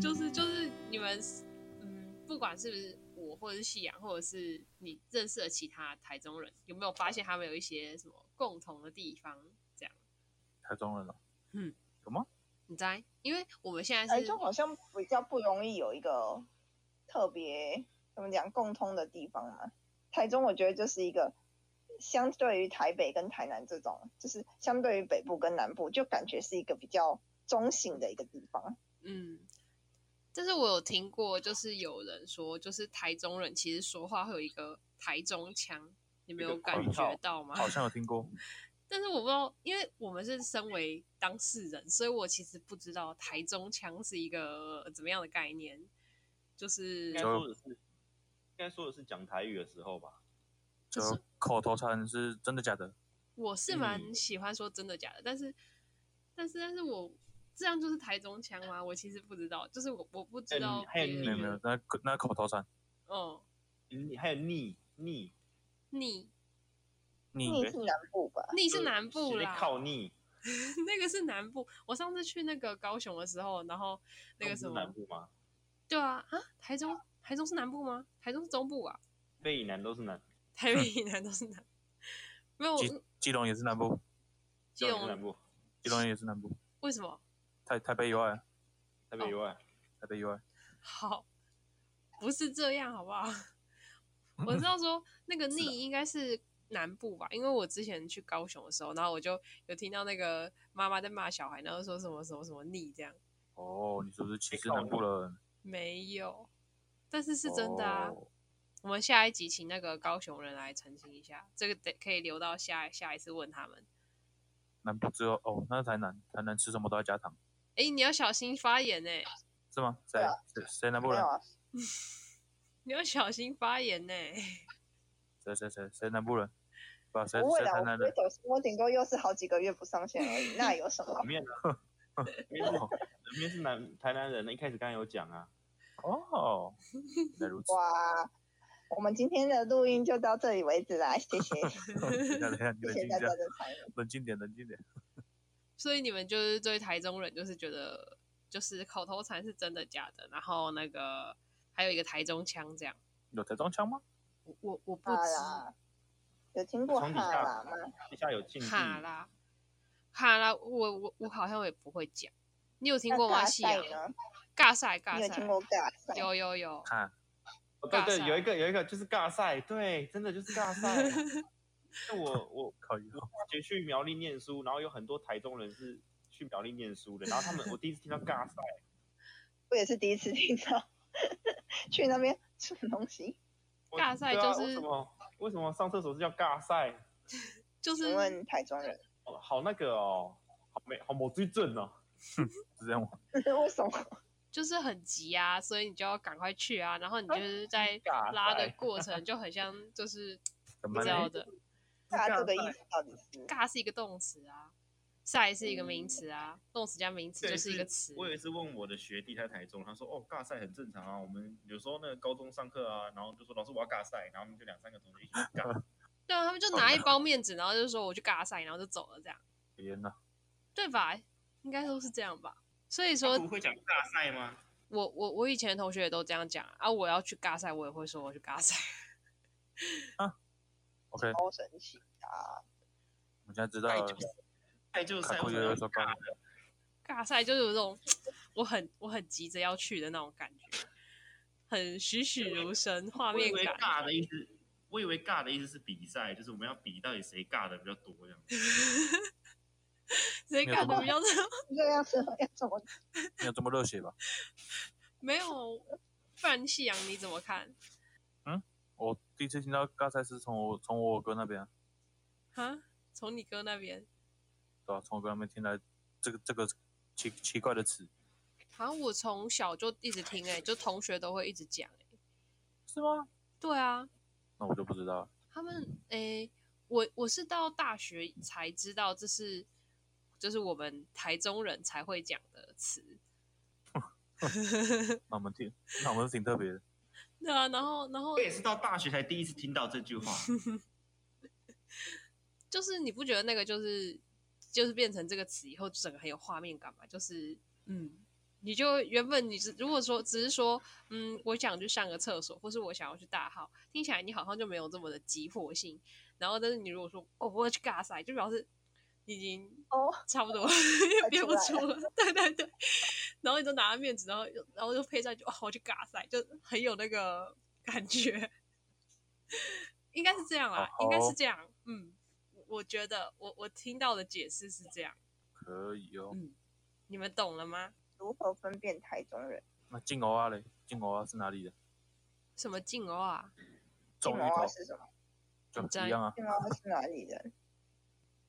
就是就是你们，嗯，不管是不是我，或者是夕阳，或者是你认识的其他台中人，有没有发现他们有一些什么共同的地方？这样，台中 人了、哦嗯，有吗？你猜？因为我们现在台是哎中好像比较不容易有一个特别怎么讲共通的地方嘛。台中我觉得就是一个相对于台北跟台南这种，就是相对于北部跟南部，就感觉是一个比较中性的一个地方。嗯，但是我有听过，就是有人说，就是台中人其实说话会有一个台中腔，你们一个有感口觉号到吗？好像有听 过，但是我不知道，因为我们是身为当事人，所以我其实不知道台中腔是一个怎么样的概念，就是应该说的是，应该说的是讲台语的时候吧。就就是口头禅是真的假的？我是蛮喜欢说真的假的，但是，但是，但是我这样就是台中腔吗？我其实不知道，就是我我不知道还有别你没有人没有，那那口头禅嗯，你还有逆逆，逆你你是南部吧？逆你是南部啦，靠逆， 那个是南部。我上次去那个高雄的时候，然后那个什中部么哦南，部吗？对啊啊，台中台中是南部吗？台中是中部啊，北以南都是南，台北以南都是南。没有，基基隆也是南部，基中部南隆部，基隆也是南部，为什么台台北以外，啊台北以外，台北以外，好？不是这样，好不好？我知道说那个逆应该是南部吧，因为我之前去高雄的时候，然后我就有听到那个妈妈在骂小孩，然后说什么什么什么逆这样， 哦，你是不是歧视南部人？没有，但是是真的啊。哦我们下一集请那个高雄人来澄清一下，这个得可以留到下下一次问他们。南部只有哦，那是台南，台南吃什么都要加糖，哎，你要小心发言呢、是吗？谁对啊谁谁南部没人有？啊，你要小心发言呢、 谁谁谁谁南部人？不，谁不会谁啦，台我南不会人？走心，我顶多又是好几个月不上线而已，那有什么南？面呢？南面是哦南面是南台南人，一开始刚刚有讲啊，哦，原来如此。 哇，我们今天的录音就到这里为止啦，谢谢，等一下等一下，你谢冷谢静大一家下，的参与。冷静点，冷静点。所以你们就是对台中人就是觉得就是口头禅是真的假的，然后那个还有一个台中腔这样。有台中腔吗？我我我不哈知啦，有听过哈从底下啦吗？地下有禁地，哈啦哈啦，我我我好像也不会讲。你有听那过吗？尬西赛洋呢？尬赛你尬有听赛，过尬赛？有有有，看，哦对尬赛对，有一个有一个就是尬赛，对，真的就是尬赛。啊 那我我靠腰我大学去苗栗念书，然后有很多台中人是去苗栗念书的，然后他们我第一次听到尬赛，我也是第一次听到， 去那边什么东西？我尬赛对啊就是为什么为什么上厕所是叫尬赛？就请是问台中人哦好那个哦，好没好没水准哦。是这样吗？ 为什么？就是很急啊，所以你就要赶快去啊，然后你就是在 尬拉的赛过程就很像 就是怎不么知了道？的大家这个意思到底是？尬是一个动词啊，赛是一个嗯名词啊，动词加名词对就是一个是词。我有一次问我的学弟，他在台中，他说哦，尬赛很正常啊。我们有时候那个高中上课啊，然后就说老师我要尬赛，然后我们就两三个同学一起去尬。对啊，他们哦就拿一包面纸，然后就说我去尬赛，然后就走了，这样天哪！对对吧？应该都是这样吧。所以 他说不，会讲尬赛吗？我我我以前的同学也都这样讲啊，我要去尬赛，我也会说我去尬赛。 ，OK，超神奇 啊！我现在呃知道了。赛就看过有人说尬的，尬赛就是有种我很我很急着要去的那种感觉，很栩栩如生，画我以面为感。尬的意思，我以为尬的意思是比赛，就是我们要比到底谁尬的比较多这样。谁感觉比较这样子要怎么？没有这么热血吧？ 没有？不然夕阳你怎么看？我第一次听到尬赛是从我从我哥那边啊，哈，从你哥那边。对吧、从我哥那边听来这个这个奇奇怪的词，好像我从小就一直听、欸，哎，就同学都会一直讲、欸，是吗？对啊，那我就不知道了。他们，哎、我我是到大学才知道这是，就是我们台中人才会讲的词，那我们挺那我们是挺特别的， 对啊，然后然后我也是到大学才第一次听到这句话，就是你不觉得那个就是就是变成这个词以后，整个很有画面感嘛？就是嗯你就原本你只如果说只是说，嗯，我想去上个厕所，或是我想要去大号，听起来你好像就没有这么的急迫性。然后，但是你如果说哦，我要去尬塞，就表示你已经哦，差不多 快憋出不来住了，对对对。然后你就拿着面纸，然后又然后又配上一句哦，我去尬塞，就很有那个感觉。应该是这样啦，应该好是哦这样。嗯，我我觉得我我听到的解释是这样。可以哦。嗯，你们懂了吗？如何分辨台中人？那金鹅啊嘞，金鹅啊是哪里的？什么进欧啊？种金鱼毛蛙头是什么？就一样啊。金毛蛙是哪里人？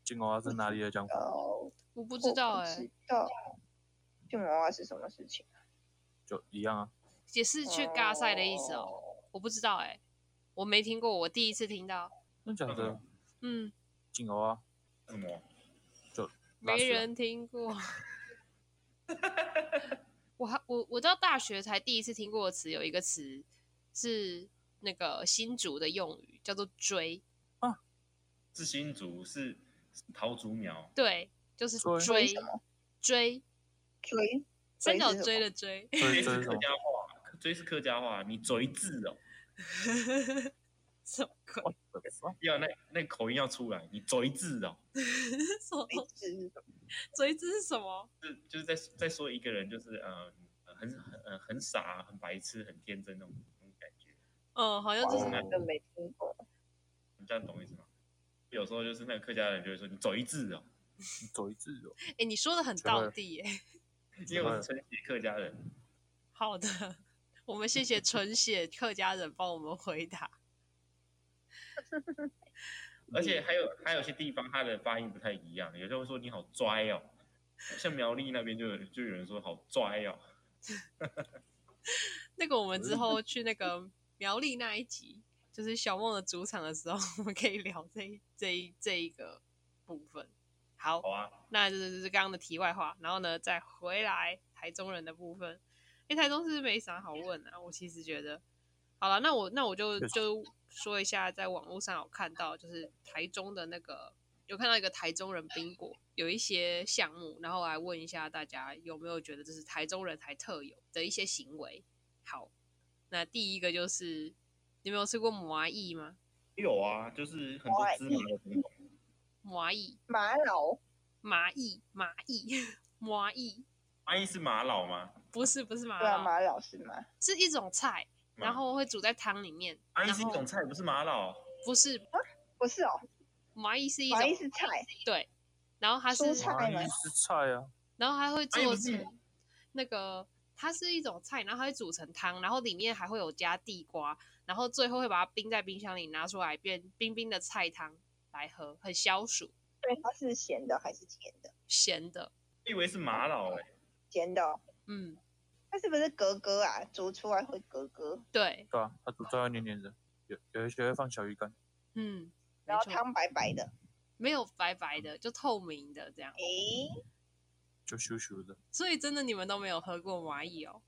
金鹅啊是哪里的讲法？哦，我不不知道哎、知道金毛蛙是什么事情？就一样啊。也是去尬赛的意思哦。我不知道哎、我没听过，我第一次听到。那讲的嗯嗯，金鹅 啊，什么？拉没屎啊人听过。我还我我到大学才第一次听过的词，有一个词是那个新竹的用语，叫做“追是新竹是是桃竹苗”，，对，就是追追什么追追三追角是什锥么的追。 所以追这是是什客么？家话，追是客家话，你追字哦，什么鬼？ What the fuck？要那那口音要出来，你追字哦， 什么追字是什么？追字是什么？就是就是在在说一个人就是呃很很呃很傻、很白痴、很天真那种那种感觉，嗯，好像哇就我是真的没听过。你这样懂我意思吗？有时候就是那个客家人就会说你追字哦，你走一次哦。哎、你说的很真的到地耶、 因为我是纯血客家人，好的，我们谢谢纯血客家人帮我们回答。而且还有还有些地方它的发音不太一样，有些会说你好拽哦，像苗栗那边就有就有人说好拽哦，那个我们之后去那个 苗栗那一集，就是小梦的主场的时候，我们可以聊这一这一这一个部分。好好，啊，那这就是刚刚的题外话，然后呢，再回来台中人的部分。因为台中是不是没啥好问啊，我其实觉得，好了，那我那我就确实就说一下，在网络上有看到，就是台中的那个有看到一个台中人宾果，有一些项目，然后来问一下大家有没有觉得这是台中人才特有的一些行为。好，那第一个就是你们有吃过麻蚁吗？有啊，就是很多芝麻的品种，麻蚁，马老麻蚁，麻蚁， 麻蚁，蚂蚁是玛瑙吗？不是不是麻对啊，老马老是吗？是一种菜，麻然后会煮在汤里面。蚂然蚁嗯啊是一后种菜，不是玛瑙。不是不是哦，麻蚁是一种马蚁是菜，对，然后它是，蔬菜蚂吗蚁是菜啊，然后它会蚂蚁做不是成那个，它是一种菜，然后它会煮成汤，然后里面还会有加地瓜，然后最后会把它冰在冰箱里，拿出来变冰冰的菜汤来喝，很消暑，对，它是咸的还是甜的？咸的，我以为是玛瑙哎，咸的、哦，嗯，它是不是格格啊？煮出来会格格，对，对啊，它煮出来黏黏的，有有一些会放小鱼干，嗯，然后没错汤白白的。没有白白的，就透明的这样。诶、就咻咻的。所以真的你们都没有喝过麻蚁哦，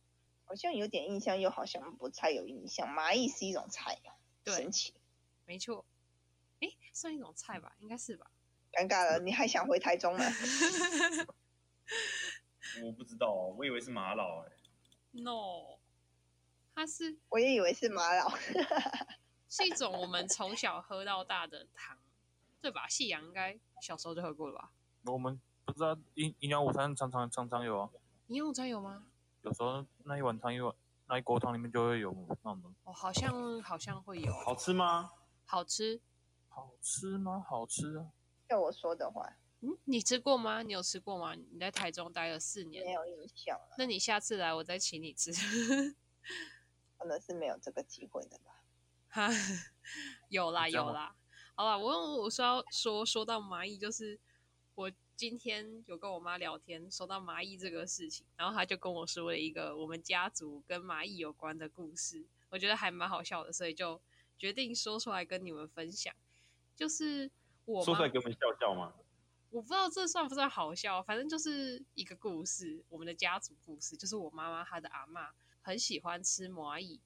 好像有点印象，又好像不太有印象。蚂蚁是一种菜，啊对神奇。没错，诶，算一种菜吧，应该是吧。尴尬了，你还想回台中吗？ 我不知道哦，我以为是玛瑙哎。 No，它是我也以为是玛瑙，是一种我们从小喝到大的糖，对吧？夕阳应该小时候就喝过了吧？我们不知道营营养午餐常常常常有啊，饮用餐有吗？有时候那一碗汤一碗那一锅汤里面就会有那种哦，好像好像会有，好吃吗？好吃。好吃吗？好吃啊，要我说的话，嗯，你吃过吗？你有吃过吗？你在台中待了四年没，有印象，那你下次来我再请你吃。可能是没有这个机会的吧。哈， 有啦你知道有吗啦，好啦，我我说要说说到蚂蚁，就是我今天有跟我妈聊天，说到蚂蚁这个事情，然后她就跟我说了一个我们家族跟蚂蚁有关的故事，我觉得还蛮好笑的，所以就决定说出来跟你们分享。就是我说妈出来给我们笑笑吗？我不知道这算不算好笑，反正就是一个故事，我们的家族故事，就是我妈妈她的阿嬷很喜欢吃蚂蚁，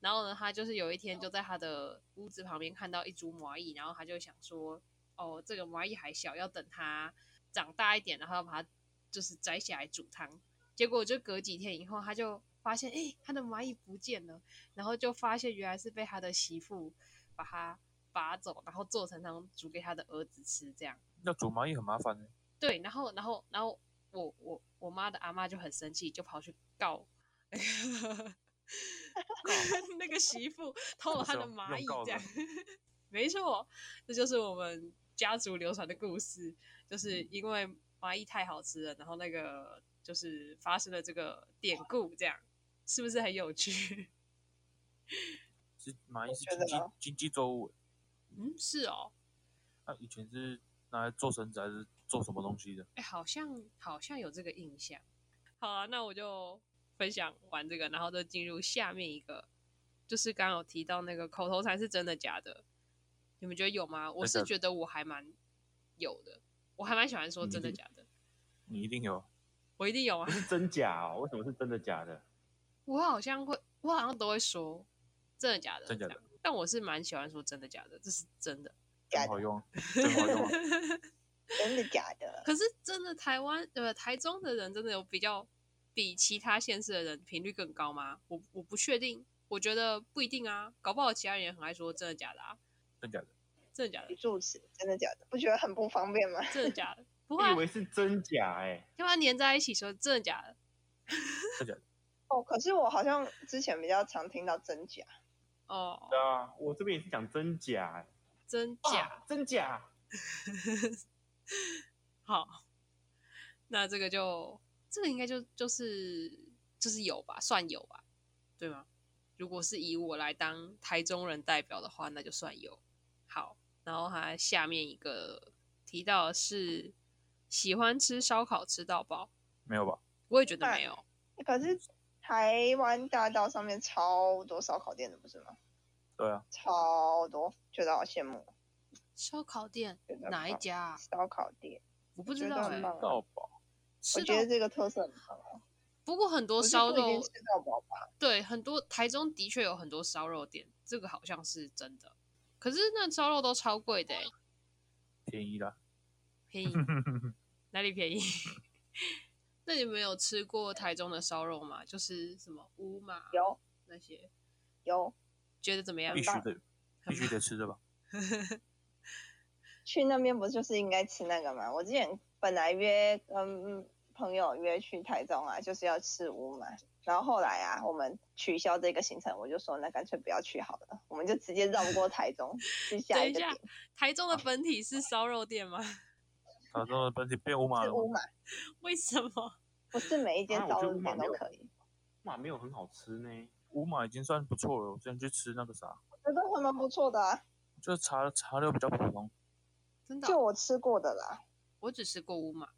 然后呢，她就是有一天就在她的屋子旁边看到一株蚂蚁，然后她就想说，哦，这个蚂蚁还小，要等它长大一点，然后要把它就是摘下来煮汤。结果就隔几天以后，他就发现，哎、他的蚂蚁不见了，然后就发现原来是被他的媳妇把它拔走，然后做成汤煮给他的儿子吃，这样。要煮蚂蚁很麻烦的、欸对，然后，然后，然后我我我妈的阿妈就很生气，就跑去告那个告那个媳妇偷了她的怎么蚂说蚁用告，这样的。没错，这就是我们家族流传的故事，就是因为蚂蚁太好吃了，然后那个就是发生了这个典故，这样是不是很有趣？是蚂蚁是我觉经得济呢经济作物、嗯，是哦，那、以前是拿来做绳子还是做什么东西的？哎，好像好像有这个印象。好啊，那我就分享完这个，然后就进入下面一个，就是刚刚有提到那个口头禅是真的假的，你们觉得有吗？我真是的觉得我还蛮有的，我还蛮喜欢说你真的一定假的，你一定有，我一定有啊不。是真假哦？为什么是真的假的？我好像会，我好像都会说真的假的，真假的这样。但我是蛮喜欢说真的假的，这是真的。假真的好用，真好用啊。真的假的？可是真的台湾呃台中的人真的有比较比其他县市的人频率更高吗？我我不确定，我觉得不一定啊，搞不好其他人也很爱说真的假的啊，真假的？真的假的，住持真的假的？不觉得很不方便吗？真的假的，不会我啊以，为是真假哎、要不然粘在一起说真的假的，哦，可是我好像之前比较常听到真假，哦，对啊，我这边也是讲真假、欸，真哇假，真假，好，那这个就这个应该就就是就是有吧，算有吧，对吗？如果是以我来当台中人代表的话，那就算有。好，然后它下面一个提到的是喜欢吃烧烤吃到饱，没有吧？我也觉得没有，可是台湾大道上面超多烧烤店的，不是吗？对啊，超多，觉得好羡慕。哦烧烤店觉得哪一棒家啊、烧烤店？我不觉知得道哎、很棒啊、欸到饱我吃到觉得这个特色很棒啊。不过很多不是烧不一肉定吃到饱吧？对，很多台中的确有很多烧肉店，这个好像是真的。可是那烧肉都超贵的、欸，便宜啦。便宜 哪里便宜？ 那你们有吃过台中的烧肉吗？就是什么乌马有那些，有，觉得怎么样必？须棒得必须得吃的吧？去那边不就是应该吃那个吗？我之前本来约跟朋友约去台中啊，就是要吃乌嘛。然后后来啊，我们取消这个行程，我就说那干脆不要去好了，我们就直接绕过 台中去下等一个下点，台中的本体是烧肉店吗？ 他说本体变五马是了乌吗，马，为什么？不是每一间啊我烧觉得肉乌马店没都有可以。哇，没有很好吃呢。五马已经算不错了。我之前去吃那个啥，我觉得还蛮不错的啊，就是茶茶料比较普通，真的哦、就我吃过的啦。我只吃过乌马，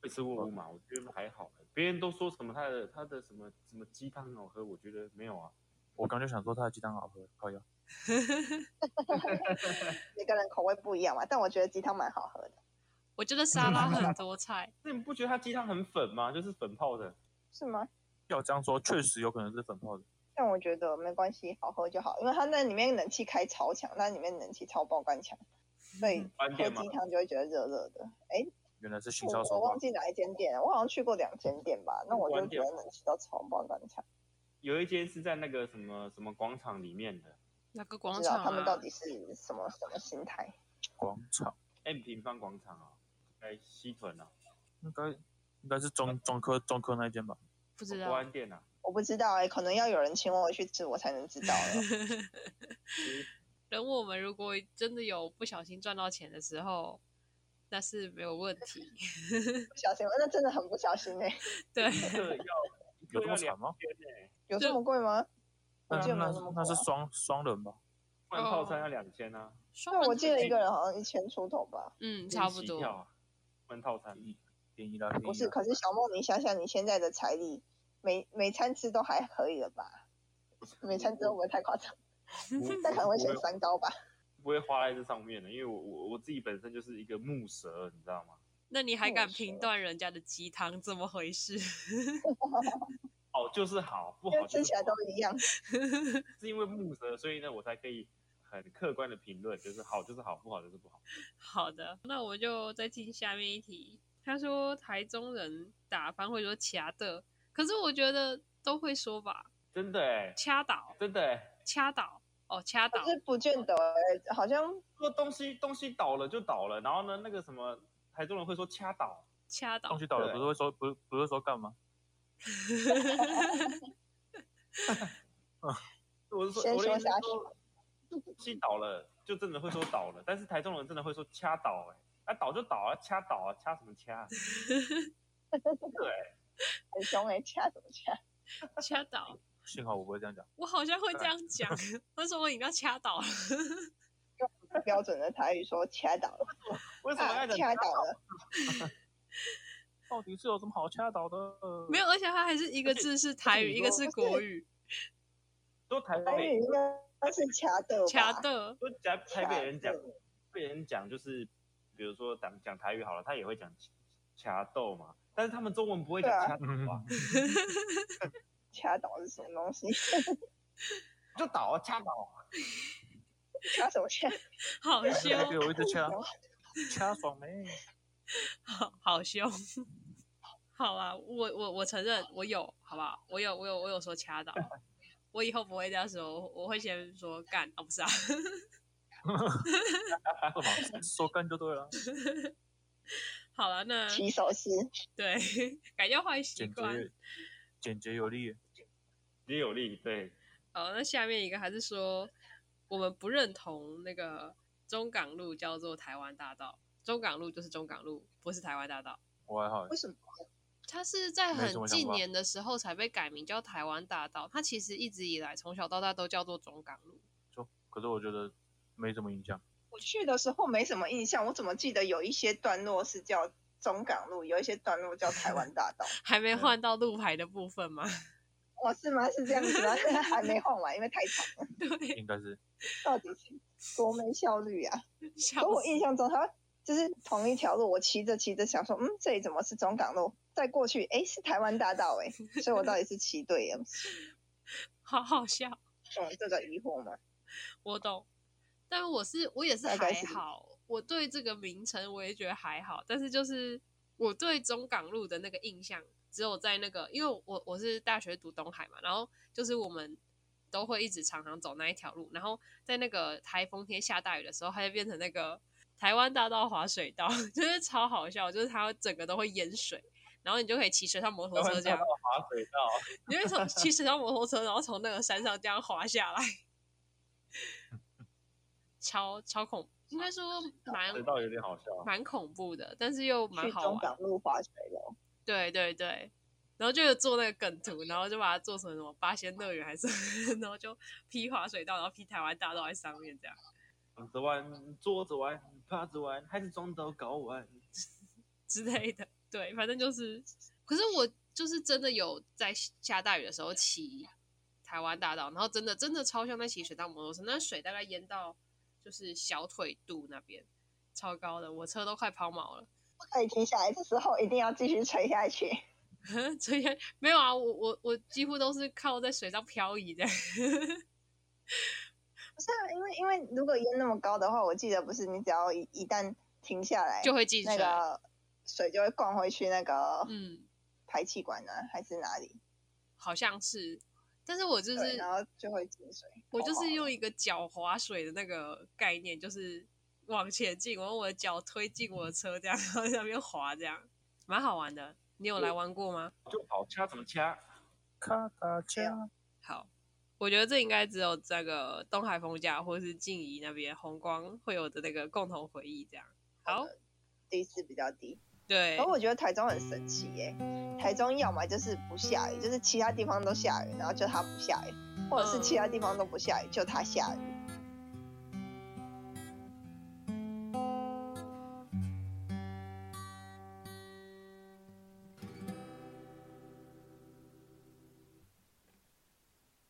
会吃过乌马，我觉得还好、欸。别人都说什么他的他的什么什么鸡汤很好喝，我觉得没有啊。我刚就想说它的鸡蛋好喝，靠呀，每个人口味不一样嘛，但我觉得鸡汤蛮好喝的，我觉得沙拉很多菜，那你不觉得他鸡汤很粉吗？就是粉泡的。是吗？要这样说，确实有可能是粉泡的。但我觉得没关系，好喝就好，因为它那里面冷气开超强，那里面冷气超爆干强，所以嗯饭喝店吗鸡？汤就会觉得热热的。哎，原来是行销我我手法忘，记哪一间店了，我好像去过两间店吧，那我就关觉店得冷气都超爆干强，有一间是在那个什么什么广场里面的哪个不广知道场他们啊？到底是什么什么心态。广场 M 平方广场啊、在西屯啊，应该应该是中中科中科那一间吧？不知国道安，店啊。我不知道哎、可能要有人请我去吃，我才能知 道了。等我们如果真的有不小心赚到钱的时候，那是没有问题。不小心，那真的很不小心哎、对，一个要一有这个要么两惨吗？千呢，有这么贵吗？我那记得没那有那么贵、那啊是。双双人吧？不然哦套餐要两千啊，双但我人记成得一群个人好像一千出头吧。嗯，差不一多起。跳啊，不然套餐。便宜啦，便宜啦。不是，可是小梦，你想想你现在的财力，每每餐吃都还可以了吧？每餐吃会不会太夸张？那可能会选三高吧。不会花在这上面的，因为我我我自己本身就是一个木蛇，你知道吗？那你还我敢说评断人家的鸡汤怎么回事？好哦就是好，不因为好吃就起是来都一样，不好是因为木蛇，所以呢，我才可以很客观的评论，就是好就是好，不好就是不好。好的，那我们就再进下面一题。他说台中人打翻会说“卡的”，可是我觉得都会说吧，真的欸哎，掐倒、真的哎，掐倒哦，掐倒可，是不见得欸、好像这东西东西倒了就倒了，然后呢，那个什么台中人会说掐倒，掐倒东，西倒了对不是会说不是不是说干嘛？我是说先我的意说思下是 说，东西倒了就真的会说倒了，但是台中人真的会说掐倒哎，那、倒就倒啊，掐倒啊，掐什么掐？对，很凶哎、掐什么掐？掐倒。幸好我不会这样讲。我好像会这样讲， 那时候我饮料掐倒了，标准的台语说掐倒了，为什么要啊讲掐倒了，到底是有什么好掐倒的？没有，而且它还是一个字是台语，一个是国语，说台台北语应该是掐的吧？掐的，说台台北人讲掐，被人讲就是，比如说讲讲台语好了，他也会讲掐豆嘛，但是他们中文不会讲对啊掐豆 嗯 啊，掐倒是什么东西？ 就倒啊掐倒啊，掐什么掐？好凶，给我一直掐，掐爽没？好好凶。好啊，我我我承认我有，好不好？我有我有我有说掐到，我以后不会这样说，我会先说干哦，不是啊，哎干嘛？说干就对了。好了，那起手式，对， 改掉坏习简惯洁。简洁有力。也有力对，好，那下面一个还是说，我们不认同那个中港路叫做台湾大道，中港路就是中港路，不是台湾大道。我还好为，什么？它是在没什很么近想法年的时候才被改名叫台湾大道，它其实一直以来从小到大都叫做中港路。就可是我觉得没什么影响。我去的时候没什么印象，我怎么记得有一些段落是叫中港路，有一些段落叫台湾大 道？还没嗯换到路牌的部分吗？哦，是吗？是这样子吗？还没换完，因为太长了， 对，应该是到底是多没效率啊！笑可我死印象中，它就是同一条路，我骑着骑着想说，嗯，这里怎么是中港路？再过去，哎，是台湾大道，哎，所以我到底是骑对了，好好笑，懂这个疑惑吗？我懂。但我是我也是大概还是好，我对这个名称我也觉得还好，但是就是我对中港路的那个印象，只有在那个，因为我我是大学读东海嘛，然后就是我们都会一直常常走那一条路，然后在那个台风天下大雨的时候，它就变成那个台湾大道滑水道， 就是超好笑，就是它整个都会淹水，然后你就可以骑水上摩哦托台车湾这大样道。 滑水道，你会从骑水上摩托车，然后从那个山上这样滑下来，超超恐，应该说蛮水道有点好笑，蛮恐怖的，但是又蛮去好中玩。港路滑水了，对对对，然后就有做那个梗图，然后就把它做成什么八仙乐园还是， 然后就 P 滑水道，然后 P 台湾大道在上面这样，躺着玩，坐着玩，趴着玩，还是装到搞玩， 之类的。对，反正就是，可是我就是真的有在下大雨的时候骑台湾大道，然后真的真的超像在骑水上摩托车，那水大概淹到就是小腿肚那边，超高的，我车都快抛锚了。 不可以停下来，这时候一定要继续吹下去。这些没有啊，我我我几乎都是靠在水上漂移的。不是啊，因为因为如果淹那么高的话，我记得不是你只要一一旦停下来，就会进水那个水就会灌回去那个嗯，排气管呢、还是哪里？好像是，但是我就对，是然后就会进水。我就好好是用一个脚划水的那个概念，就是往前进，我用我的脚推进我的车，这样 然后在那边滑，这样蛮好玩的。你有来玩过吗？就好掐怎么掐？咔哒掐。好，我觉得这应该只有这个东海风架或是静怡那边红光会有的那个共同回忆，这样。好，地势比较低。对然，后我觉得台中很神奇耶、台中要么就是不嗯下雨，就是其他地方都下雨，然后就它不下雨，或者是其他地方都不下雨，就它下雨。